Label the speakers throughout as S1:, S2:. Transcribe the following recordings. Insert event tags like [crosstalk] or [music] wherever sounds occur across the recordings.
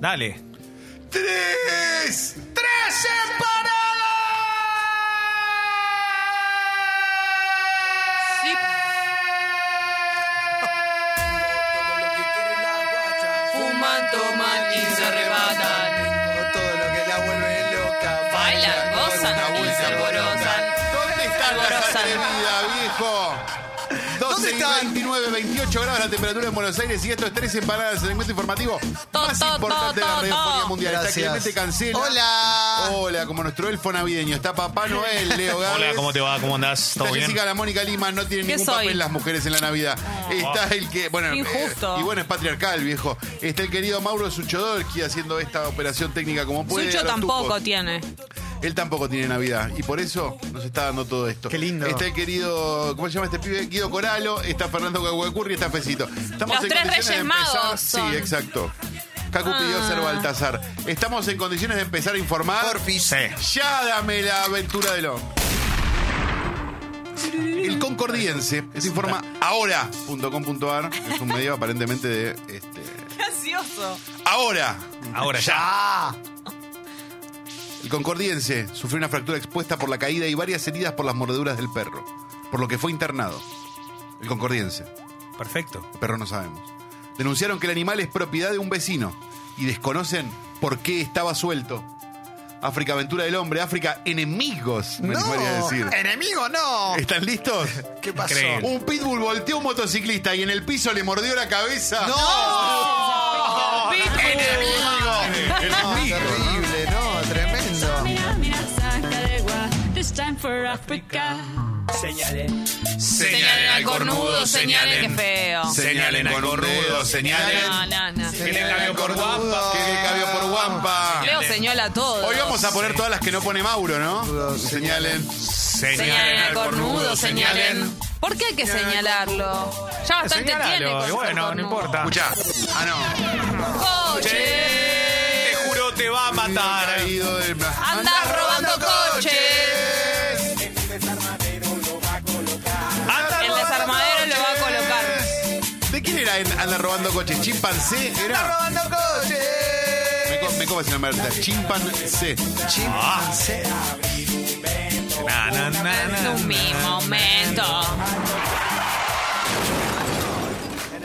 S1: Dale.
S2: ¡Tres! ¡Tres en parada!
S3: Sí.
S2: Todo lo que quiere la guacha.
S3: Fuman, toman y se arrebatan.
S2: Todo lo que la vuelve loca.
S3: Bailan, gozan
S2: una
S3: y se alborozan.
S4: ¿Dónde están las
S3: Alborozan.
S4: atrevidas, viejo? 12 y
S2: están?
S4: 29, 28 grados la temperatura en Buenos Aires y esto es tres empanadas en el encuentro informativo
S3: To,
S4: más
S3: to,
S4: importante de
S3: to,
S4: la
S3: to,
S4: radiofonía
S3: to.
S4: mundial. Está
S2: Gracias.
S4: Clemente Cancela.
S2: Hola.
S4: Hola, como nuestro elfo navideño. Está Papá Noel, Leo Gávez.
S1: Hola, ¿cómo te va? ¿Cómo andás?
S4: Está
S1: ¿Todo bien?
S4: Jessica, la Mónica Lima, no tiene
S3: ¿Qué
S4: ningún
S3: soy?
S4: papel las mujeres en la Navidad. Está el que, bueno,
S3: Qué injusto.
S4: eh, y bueno, es patriarcal, viejo. Está el querido Mauro Suchodolski haciendo esta operación técnica como puede. a
S3: Sucho
S4: los
S3: tampoco
S4: tupos.
S3: tiene.
S4: Él tampoco tiene Navidad y por eso nos está dando todo esto.
S2: Qué lindo.
S4: Está el querido, ¿cómo se llama este pibe? Guido Coralo, está Fernando Caguacurri, está Fecito. Estamos
S3: Los tres
S4: condiciones de
S3: Reyes Magos
S4: empezar-
S3: son.
S4: Sí, exacto. Cacu pidió
S3: Ah.
S4: ser Baltasar. Estamos en condiciones de empezar a informar.
S2: Porfis.
S1: Sí.
S4: Ya dame la aventura de lo. El Concordiense se informa ahora.com.ar, es un medio aparentemente de este,
S3: Gracioso.
S4: ahora.
S1: Ahora ya.
S4: El Concordiense sufrió una fractura expuesta por la caída y varias heridas por las mordeduras del perro, por lo que fue internado. El Concordiense,
S1: Perfecto.
S4: el perro no sabemos. Denunciaron que el animal es propiedad de un vecino y desconocen por qué estaba suelto. África Aventura del Hombre, África Enemigos, me animaría a decir.
S2: enemigo no.
S4: ¿Están listos?
S2: ¿Qué pasó?
S1: Increíble.
S4: Un pitbull volteó a un motociclista y en el piso le mordió la cabeza.
S2: No.
S4: ¡Enemigo! ¡Enemigo!
S2: Terrible, no, tremendo.
S3: Señalen al cornudo, señalen. Qué feo.
S4: Señalen al cornudo, señalen.
S3: No, no, no.
S1: Que le cabió por guapa.
S4: Que le cabió por guampa.
S3: Leo señala todo.
S4: Hoy vamos a poner todas las que no pone Mauro, ¿no? Señalen.
S3: Señalen al cornudo, señalen. ¿Por qué hay que señalarlo? Ya bastante tiene. con
S1: Señalalo. Y
S3: ser
S1: bueno, no
S3: cornudo.
S1: importa.
S4: Escucha. Ah, no.
S3: ¡Coche!
S1: Te juro te va a matar.
S4: Caído de...
S3: ¡Andás robando coches!
S1: Anda,
S3: El desarmadero lo va a colocar.
S4: ¿De quién era el- anda robando coches? ¿Chimpancé?
S2: Está
S4: Era.
S2: robando
S4: Me,
S2: coches.
S4: co- me copas en la merda. Chimpancé.
S2: Chimpancé.
S1: Ah. Na, na, na, na,
S3: Es mi momento.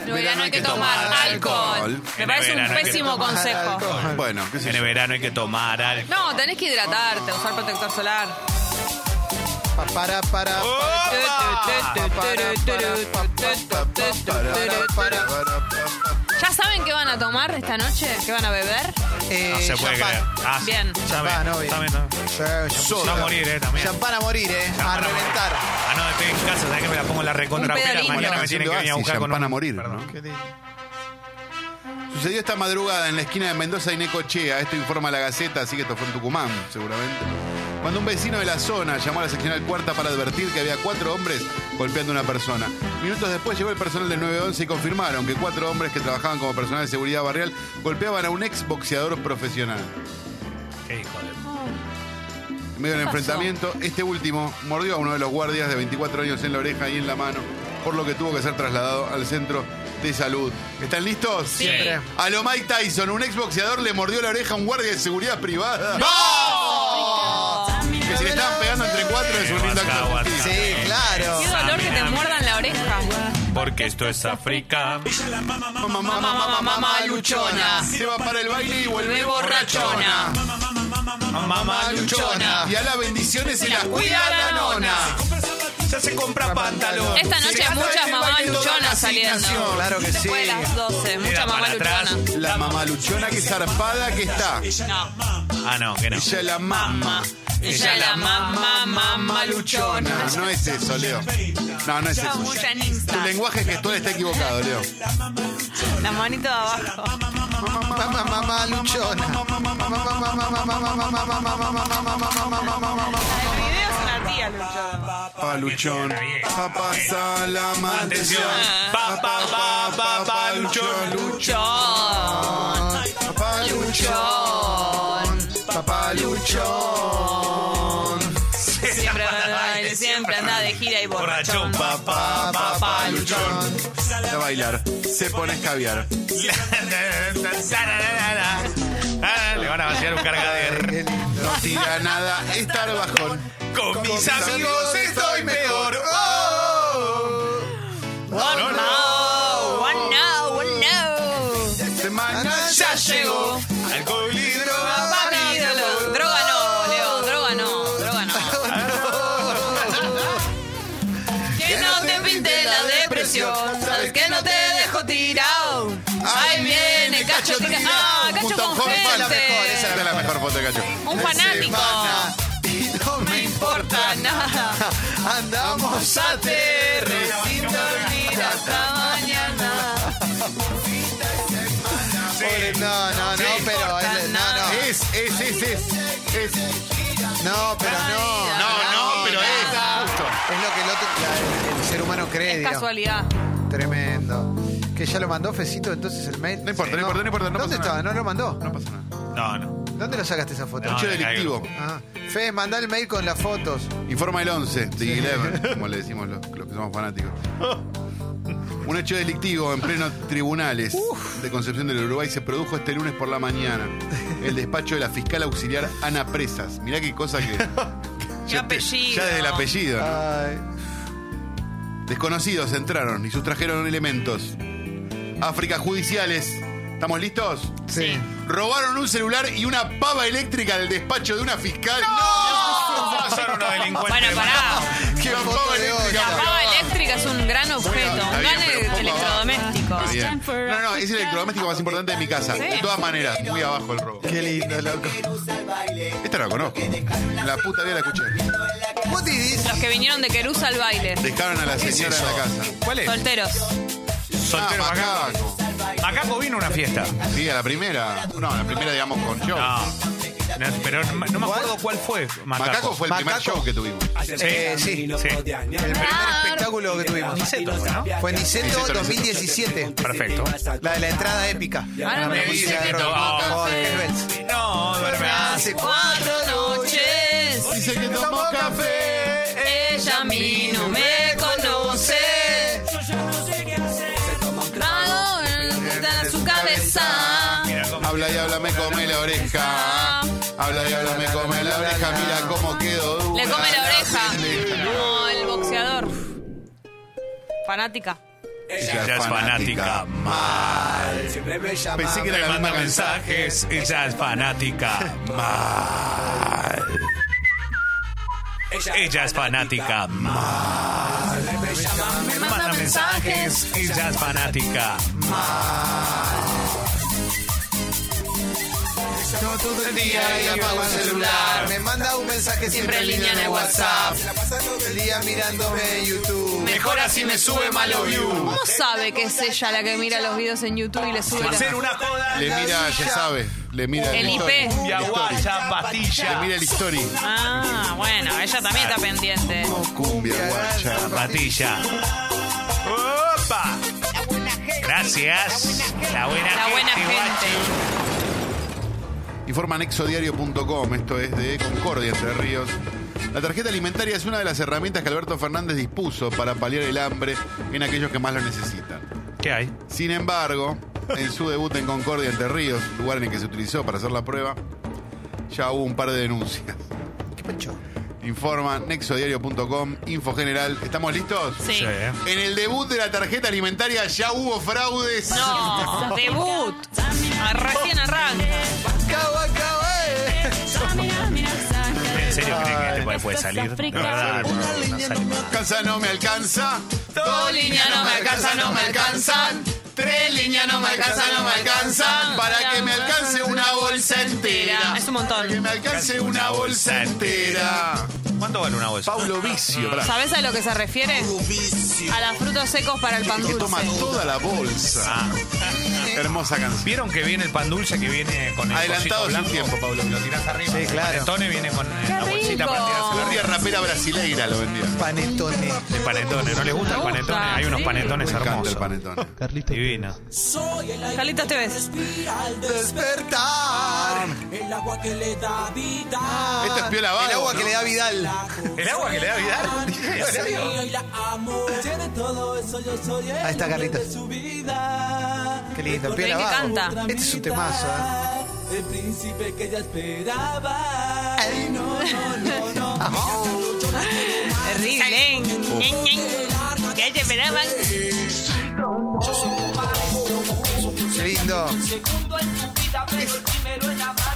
S3: En verano hay que tomar alcohol. Me
S1: En
S3: parece un
S1: verano hay que
S3: pésimo
S1: tomar
S3: consejo.
S2: alcohol.
S4: Bueno, qué sé
S1: En el
S4: yo.
S1: verano hay que tomar algo.
S3: No, tenés que hidratarte, usar protector solar.
S2: Pa, Para, para.
S3: ¿Ya saben qué van a tomar esta noche? ¿Qué van a beber?
S2: Eh,
S1: No se puede
S2: champán.
S1: creer. Ah, sí.
S3: Bien.
S1: También,
S2: Champán, obvio.
S1: también, también.
S2: Sí, champán.
S1: Va a morir, eh, también.
S2: Champán a morir, eh. A
S1: Champán a morir.
S2: reventar.
S1: Ah, no, estoy en casa, sabés que me la pongo en la recontra
S3: Un
S1: pera,
S3: pedalito.
S1: mañana me tienen que venir a buscar con
S4: Champán
S1: un...
S4: a morir, ¿no? Sucedió esta madrugada en la esquina de Mendoza y Necochea. Esto informa la Gaceta, así que esto fue en Tucumán, seguramente. Cuando un vecino de la zona llamó a la seccional cuarta para advertir que había cuatro hombres golpeando a una persona. Minutos después llegó el personal del 911 y confirmaron que cuatro hombres que trabajaban como personal de seguridad barrial golpeaban a un ex boxeador profesional.
S1: Qué hijo de-
S4: En medio del
S3: pasó?
S4: enfrentamiento, este último mordió a uno de los guardias de 24 años en la oreja y en la mano, por lo que tuvo que ser trasladado al centro de salud. ¿Están listos?
S3: Sí. Siempre.
S4: A lo Mike Tyson, un exboxeador le mordió la oreja a un guardia de seguridad privada. Que si le estaban pegando entre cuatro es un lindo acto de
S1: Aguanta,
S4: justicia.
S2: Sí, claro.
S3: Qué dolor que te muerdan la oreja.
S1: Porque esto es África.
S4: Mamá, mamá,
S3: Mamá,
S4: mamá,
S3: mamá,
S4: mamá,
S3: luchona.
S4: luchona. Se va para el baile y vuelve
S3: Vuelve borrachona.
S4: borrachona.
S1: Mamá
S2: luchona.
S4: Y a las bendiciones se las cuida la nona.
S1: Ya se compra pantalón.
S3: Esta noche
S4: Llegando
S3: muchas
S4: este
S3: mamás
S4: baile toda la
S3: luchonas saliendo.
S4: asignación.
S2: Claro que sí.
S3: Después de las 12,
S1: Era
S3: mucha mamá
S1: para atrás.
S3: luchona.
S4: La mamá luchona que zarpada que está.
S3: No.
S1: Ah, no, que no.
S4: Ella la mamá.
S3: Ella la mamá, mamá luchona.
S4: No, no es eso, Leo. No, no es eso.
S3: Mucha en
S4: Tu
S1: Ah.
S3: Insta.
S4: lenguaje gestual está equivocado, Leo.
S3: La manito de abajo.
S2: Mamá, mamá, luchona. Mamá, mamá, mamá, mamá, mamá, mamá, mamá, mamá, mamá, mamá, mamá, mamá.
S3: El video es una tía luchona.
S4: Papá luchón, papá salamantes.
S1: Atención.
S3: Ah.
S1: Pa, pa, pa, pa, pa, luchón.
S3: Luchón.
S4: Papá
S3: Luchón.
S4: papá luchón.
S3: Siempre, siempre anda de gira y borrachón.
S1: Borrachón, papá.
S4: Papá
S1: [laughs]
S4: luchón. A bailar, se pone a escabiar.
S1: Era un cargadero.
S4: No tira nada, estar bajón.
S1: Con mis amigos estoy mejor. Oh.
S3: Oh no, oh no, oh no.
S4: Semana
S1: Ya llegó. Alcohol y droga.
S3: Papá, ídolo. Droga no, Leo, droga no, droga no. Que no te pinte la depresión, sabes que no te dejo tirado. Ahí viene Cacho, tira- ah, Cacho
S4: Junto a
S3: con
S4: Jorge, la
S2: mejor, esa
S3: gente.
S4: Esta es la mejor foto de Cacho.
S3: Un fanático.
S2: Y no me
S3: Importa
S2: importa
S3: nada.
S2: nada. Andamos a terre.
S3: Sin dormir hasta mañana.
S2: Pobre, No, no, no, pero.
S3: importa
S2: es- No, no.
S3: nada.
S4: Es, es, es, es. es.
S2: No, pero no.
S1: No, no, pero es.
S4: Justo.
S2: Es lo que el, otro, la- el ser humano cree.
S3: Es
S2: digamos.
S3: casualidad.
S2: Tremendo. Que ya lo mandó Fecito entonces el mail.
S4: No importa, no importa, no importa, no
S2: ¿Dónde
S4: pasa
S2: estaba?
S4: nada.
S2: No lo mandó.
S4: No pasa nada.
S1: No, no.
S2: ¿Dónde lo sacaste esa foto?
S1: No.
S4: Hecho
S1: me
S4: delictivo.
S2: Ah. Fe, mandá el mail con las fotos.
S4: Informa el 11, de Eleven, como le decimos los, los que somos fanáticos. Un hecho delictivo en pleno tribunales de Concepción del Uruguay se produjo este lunes por la mañana. El despacho de la fiscal auxiliar Ana Presas. Mirá qué cosa que.
S3: Qué apellido.
S4: Ya desde el apellido. ¿no?
S2: Ay.
S4: Desconocidos entraron y sustrajeron elementos. África judiciales. ¿Estamos listos?
S2: Sí.
S4: Robaron un celular y una pava eléctrica del despacho de una fiscal. ¡No!
S1: Son unos delincuentes.
S3: Bueno, pará.
S4: [laughs] ¡Qué
S2: Una
S4: pava
S2: foto de
S4: eléctrica!
S2: olla.
S3: La pava eléctrica es un gran objeto,
S4: está
S3: un
S4: bien,
S3: gran
S4: pero un poco
S3: electrodoméstico.
S4: Está bien. No, no, es el electrodoméstico más importante de mi casa. De todas maneras, muy abajo el robo.
S2: Qué lindo, loco.
S4: Esta la conozco. La puta vida la escuché.
S2: What is this?
S3: Los que vinieron de Querusa al baile,
S4: Dejaron a la
S1: ¿Qué es
S4: señora en la
S1: eso?
S4: casa.
S1: ¿Cuál es?
S3: solteros.
S1: Soltero
S4: Ah,
S1: Macaco.
S4: Macaco.
S1: Macaco vino a una fiesta.
S4: Sí, a la primera. No, a la primera, digamos, con show.
S1: No. No, pero no, no me acuerdo cuál fue Macaco.
S4: Macaco fue el primer
S2: Macaco.
S4: show que tuvimos.
S2: Eh, sí.
S1: Sí.
S2: El primer espectáculo que tuvimos.
S1: Niceto fue, ¿no?
S2: Fue en Niceto
S4: Niceto,
S2: 2017.
S1: Perfecto.
S2: La de la entrada épica.
S3: Ahora me
S2: La
S1: dice
S2: música
S1: que
S2: de
S1: no.
S2: Roberto Jorge Belz.
S1: No, duerme.
S2: Hace cuatro
S3: noches,
S4: Dice que tomó café.
S3: ella a mí no me conoce. Trago en su cabeza.
S4: Habla y habla, me come la oreja. Habla y habla, me come la oreja. Mira cómo quedo dura.
S3: Le come la oreja.
S4: pendeja.
S3: Como el boxeador. Fanática.
S1: Ella es fanática mal.
S4: Pensé que era
S1: Me
S4: la
S1: manda
S4: misma mensaje.
S1: mensajes. Ella es fanática [laughs] mal.
S2: Eh,
S1: Ella es fanática mal. Me manda mensajes. Ella es fanática
S2: No, todo el día y apago el celular. Me manda un mensaje siempre en línea en el WhatsApp. La pasa todo el día mirándome en YouTube.
S1: Mejor así me sube malo view.
S3: ¿Cómo sabe que es ella la que mira los videos en YouTube y le sube
S1: Hacer
S3: la...
S1: una joda.
S4: Le mira, ya sabe. Le mira
S3: El
S4: la
S3: IP.
S4: story.
S1: Y aguaya,
S4: Le
S1: pastilla.
S4: mira el story.
S3: Ah, bueno, ella también está pendiente.
S4: Cumbia guacha.
S1: Patilla. ¡Opa! Gracias. La buena,
S3: La buena gente.
S4: Informa anexodiario.com, esto es de Concordia, Entre Ríos. La tarjeta alimentaria es una de las herramientas que Alberto Fernández dispuso para paliar el hambre en aquellos que más lo necesitan.
S1: ¿Qué hay?
S4: Sin embargo, en su debut en Concordia, Entre Ríos, lugar en el que se utilizó para hacer la prueba, ya hubo un par de denuncias.
S2: ¿Qué pecho?
S4: Informa nexodiario.com, info general. ¿Estamos listos?
S3: Sí.
S4: En el debut de la tarjeta alimentaria ya hubo fraudes.
S3: No, debut. Ah, Recién arranca.
S2: Cabo, cabo, eh.
S1: ¿En serio creen que este puede, puede salir? De verdad, no, no sale.
S4: Alcanza, no me alcanza.
S3: Dos líneas no me alcanzan, no me alcanzan.
S4: Tres líneas no me alcanzan, no me alcanzan. Para que me alcance una bolsa entera.
S3: Es un montón.
S4: Para que me alcance una bolsa entera.
S1: ¿Cuánto vale una bolsa?
S4: Paulo Vicio.
S3: ¿Sabes a lo que se refiere? A los frutos secos para el pan
S4: Que toma
S3: dulce.
S4: toda la bolsa.
S1: Ah.
S4: Hermosa canción.
S1: ¿Vieron que viene el pan dulce que viene con el cosito
S4: Adelantado sin
S1: blanco?
S4: tiempo, Paulo.
S1: Lo tirás arriba.
S2: Sí, claro.
S1: El panetone viene con eh, la bolsita
S3: rico!
S1: para tirarse
S4: Vendía rapera brasileira, lo vendía.
S2: Panetone.
S1: El panetone. ¿No les gusta el
S3: Me gusta,
S1: panetone? Hay unos
S3: sí.
S1: panetones
S4: Me encanta
S1: hermosos.
S4: el panetón.
S1: Divino.
S3: Carlitos, te ves.
S2: Despertar.
S5: El agua que le da vida.
S4: Esto es piola vago,
S2: El agua
S4: ¿no?
S2: que le da Vidal.
S1: ¿El agua que le da Vidal?
S5: Yo la amo. Tiene todo eso, yo soy el
S2: Ahí está,
S5: hombre
S2: Carlitos.
S5: de su vida.
S2: Qué
S3: Pero
S2: lindo.
S3: es
S2: Piola
S3: que
S2: Vago.
S3: canta.
S2: Este es un temazo, ¿eh?
S5: el príncipe que ella esperaba. Ay, no, no, no, no.
S3: Terrible. ¿Qué te esperaban?
S2: Qué lindo.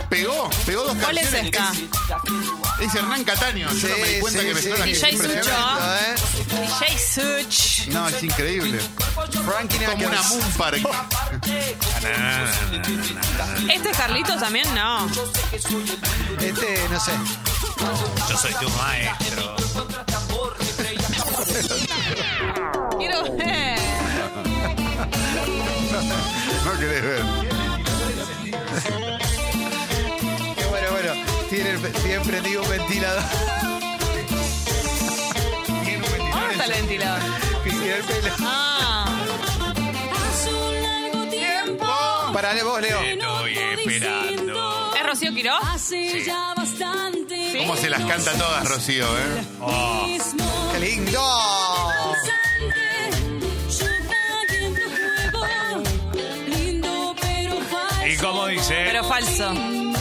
S4: Pegó, pegó dos
S3: ¿Cuál es
S4: canciones.
S3: esta?
S4: Es, es Hernán Cataño. Yo
S2: Sí,
S4: no me di cuenta
S2: sí,
S4: que me
S2: sí.
S4: suena que es
S3: DJ Sucho.
S4: impresionante.
S2: ¿eh?
S3: DJ Such.
S4: No, es increíble.
S2: Frankie
S4: Como una
S2: Knuckles.
S4: Moon Park.
S1: Ah,
S3: ¿Este es Carlitos también? No.
S2: Este, no sé.
S1: Yo soy tu maestro.
S3: Quiero ver.
S4: No querés ver.
S2: Qué bueno, bueno. Tiene, tiene prendido un ventilador.
S3: ¿Dónde está el ventilador?
S2: Tiene el pelo.
S3: Ah.
S2: Parale vos, Leo.
S1: Estoy esperando.
S3: ¿Es Rocío Quiroz?
S6: Hace ya bastante.
S4: ¿Cómo se las canta todas, Rocío, eh?
S1: Oh.
S6: mismo
S2: ¡Qué lindo!
S6: instante, yo cayendo juego. Lindo, pero falso.
S1: ¿Y cómo dice?
S3: Pero falso.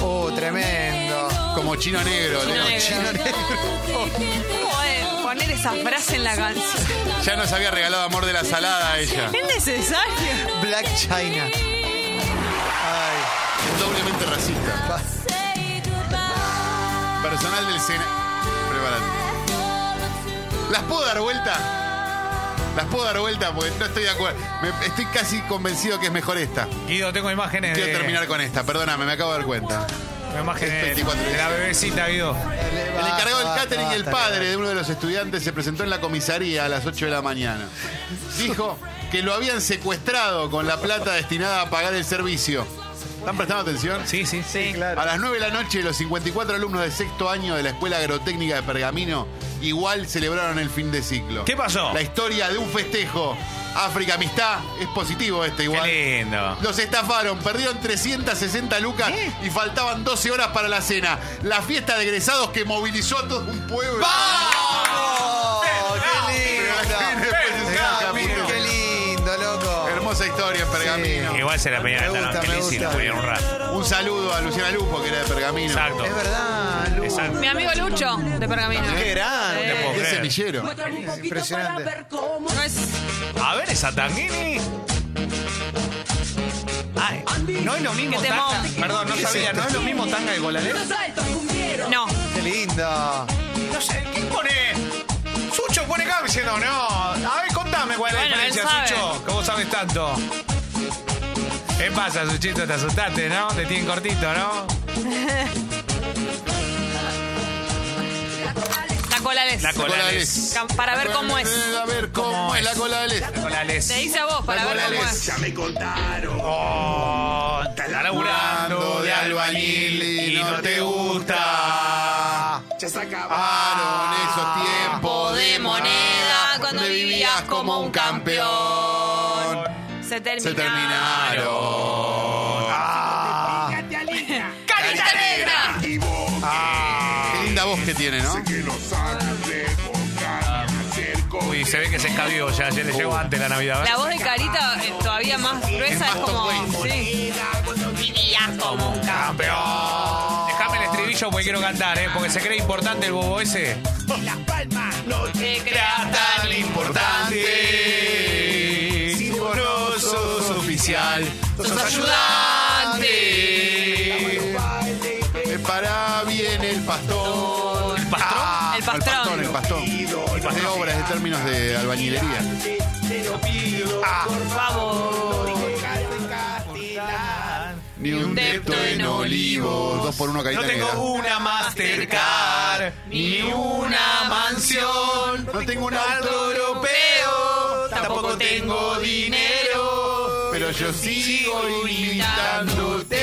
S2: Oh, tremendo.
S4: Como chino negro,
S3: Chino
S4: Leo.
S3: negro.
S2: Chino negro.
S3: ¿Cómo es poner esa frase en la canción?
S4: Ya nos había regalado amor de la salada a ella.
S3: Es necesario.
S2: Black China. Ay.
S4: Es doblemente racista.
S2: va.
S4: Personal del Sena. Prepárate. ¿Las puedo dar vuelta? Las puedo dar vuelta porque no estoy de acuerdo. Me- estoy casi convencido que es mejor esta.
S1: Guido, tengo imágenes de.
S4: Quiero terminar con esta, perdóname, me acabo de dar cuenta.
S1: tengo imágenes
S4: Es 24
S1: de la bebecita, Guido.
S2: Dale,
S4: El
S2: basta,
S4: encargado del
S2: basta,
S4: catering y el
S2: basta,
S4: padre de uno de los estudiantes se presentó en la comisaría a las 8 de la mañana. Dijo que lo habían secuestrado con la plata destinada a pagar el servicio. ¿Están prestando atención?
S1: Sí, sí, sí.
S4: A las 9 de la noche, los 54 alumnos de sexto año de la Escuela Agrotécnica de Pergamino igual celebraron el fin de ciclo.
S1: ¿Qué pasó?
S4: La historia de un festejo. África Amistad, es positivo este igual.
S1: Qué lindo.
S4: Los estafaron, perdieron 360 lucas
S1: ¿Eh?
S4: y faltaban 12 horas para la cena. La fiesta de egresados que movilizó a todo un pueblo.
S1: ¡Oh!
S2: ¡Vamos! Oh, ¡Qué
S4: Pero la gente
S2: lindo!
S4: después se saca, puto.
S2: ¡Qué lindo, loco!
S4: Hermosa historia en Pergamino.
S1: Igual se la
S2: Me
S1: peñaron esta
S2: gusta,
S1: noche,
S2: me
S1: Lizzy,
S2: gusta.
S1: la pudieron un rato.
S4: Un saludo a Luciana Lupo, que era de Pergamino.
S1: Exacto.
S2: Es verdad, Lu.
S1: Exacto.
S3: Mi amigo Lucho, de Pergamino.
S2: ¡Qué grande!
S1: puedo
S4: Qué
S1: creer.
S4: semillero.
S2: Impresionante.
S3: No es...
S1: A ver esa Tanguini. Ay, no es lo mismo
S3: Qué
S1: tanga.
S3: temón.
S1: Perdón, no
S2: ¿Qué es
S1: sabía,
S2: esto?
S1: no es lo mismo tanga que golalés.
S3: No.
S2: ¡Qué lindo!
S1: No sé, ¿quién pone? Sucho pone acá diciendo, no. A ver, contame cuál es
S3: Bueno,
S1: la
S3: él
S1: diferencia,
S3: sabe.
S1: Sucho, que vos sabes tanto. ¿Qué pasa, Suchito? Te asustaste, ¿no? Te tienen cortito, ¿no?
S3: La cola les.
S1: La cola
S4: Colales.
S3: Cam- para ver cómo es.
S4: A ver cómo
S1: ¿Cómo
S4: es la
S1: es?
S4: cola del este.
S1: Colales.
S3: Te dice a vos para ver cómo es.
S1: Oh, está laburando de albañil y no te gusta.
S4: Ya se acabaron Ah, esos tiempos
S3: de moneda cuando
S4: donde
S3: vivías como un campeón. Se termina.
S4: Se terminaron.
S3: ¡Carita negra!
S4: Qué linda voz que tiene, ¿no?
S1: Uy, se ve que se escabió ya, se le llegó antes la Navidad.
S3: La voz de Carita eh, todavía más gruesa es
S4: más
S3: como.
S4: Tocqueville.
S3: Sí. eh, Vivías como un campeón.
S1: ¡Campeón! Dejame el estribillo porque quiero cantar, ¿eh? Porque se cree importante el bobo ese.
S3: Te creas
S4: tan importante. Si vos no sos oficial, sos ayudante. Prepara Eh, bien el pastor. ¿El
S1: pastrón?
S3: El
S4: El pastón,
S3: pastrón.
S4: el pastón. De obras, de términos de albañilería. Ah. Ni un depto en olivos. Dos por uno, carita negra.
S1: una Mastercard, ni una mansión,
S4: Ah, No tengo un auto
S1: europeo,
S3: tampoco tengo
S1: dinero,
S4: pero yo sigo imitándote.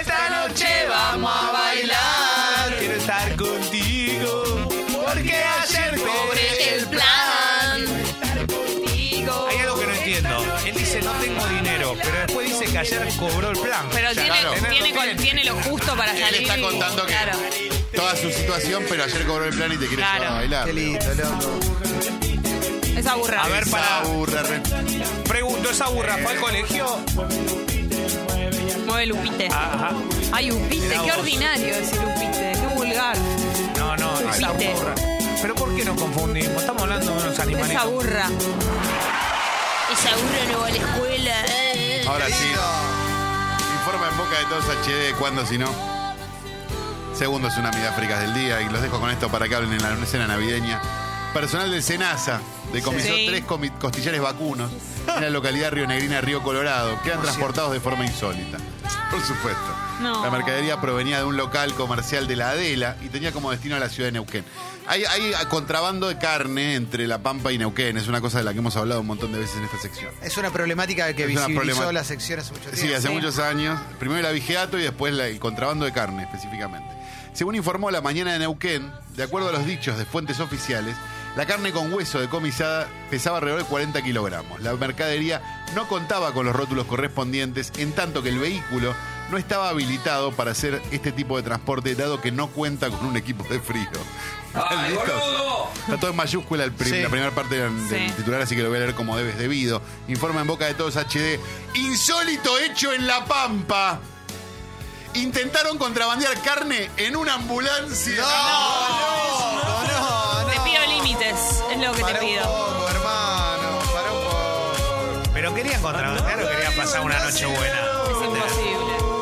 S1: Esta noche vamos a bailar. Quiero estar contigo. Porque ayer cobré el
S3: plan.
S1: Hay algo que no entiendo. Él dice no tengo dinero, pero después dice que ayer cobró el plan.
S3: Pero
S1: O sea,
S3: tiene,
S4: claro.
S3: tiene, con- tiene lo justo para salir.
S4: está contando que-
S3: Claro.
S4: Toda su situación, pero ayer cobró el plan y te quiere
S3: Claro.
S4: llevar a bailar.
S2: ¡Qué lindo, loco!
S3: Es aburrido.
S1: A ver,
S4: Esa
S1: para.
S4: burra re-
S1: Pregunto, ¿esa burra fue al colegio?
S3: Mueve Lupite.
S1: Ajá.
S3: Ay, Upite,
S1: Mirá
S3: qué
S1: vos.
S3: ordinario decir Upite, qué vulgar.
S1: No, no, es la
S3: Viste.
S1: burra. Pero ¿por qué nos confundimos? Estamos hablando de unos animales.
S3: Esa burra. Esa burra no va a la escuela.
S4: Ahora sí,
S2: Lindo.
S4: informa en boca de todos HD, cuando si no. Segundo es una de Áfricas del día y los dejo con esto para que hablen en la escena navideña. Personal del Senasa decomisó
S3: Sí.
S4: tres comi- costillares vacunos en la localidad rionegrina Río Colorado, que eran transportados de forma insólita. Por supuesto.
S3: No.
S4: La mercadería provenía de un local comercial de la Adela y tenía como destino a la ciudad de Neuquén. Hay, hay contrabando de carne entre La Pampa y Neuquén, es una cosa de la que hemos hablado un montón de veces en esta sección.
S2: Es una problemática que
S4: Es una
S2: visibilizó
S4: problemática.
S2: la sección hace mucho tiempo.
S4: Sí, hace muchos años. Primero la vigeato y después la- el contrabando de carne, específicamente. Según informó La Mañana de Neuquén, de acuerdo a los dichos de fuentes oficiales, la carne con hueso decomisada pesaba alrededor de 40 kilogramos. La mercadería no contaba con los rótulos correspondientes, en tanto que el vehículo no estaba habilitado para hacer este tipo de transporte, dado que no cuenta con un equipo de frío. [laughs] ¿Listos? Está todo en mayúscula el prim-
S2: Sí.
S4: la primera parte del, del
S3: Sí.
S4: titular, así que lo voy a leer como debes debido. Informa en boca de todos HD. Insólito hecho en La Pampa. Intentaron contrabandear carne en una ambulancia.
S2: No, no, no.
S3: Te pido límites, es lo que te
S2: Para un
S3: pido.
S2: poco, hermano. Para un poco.
S1: Pero querían contrabandear o querían pasar una noche buena.
S3: Es imposible.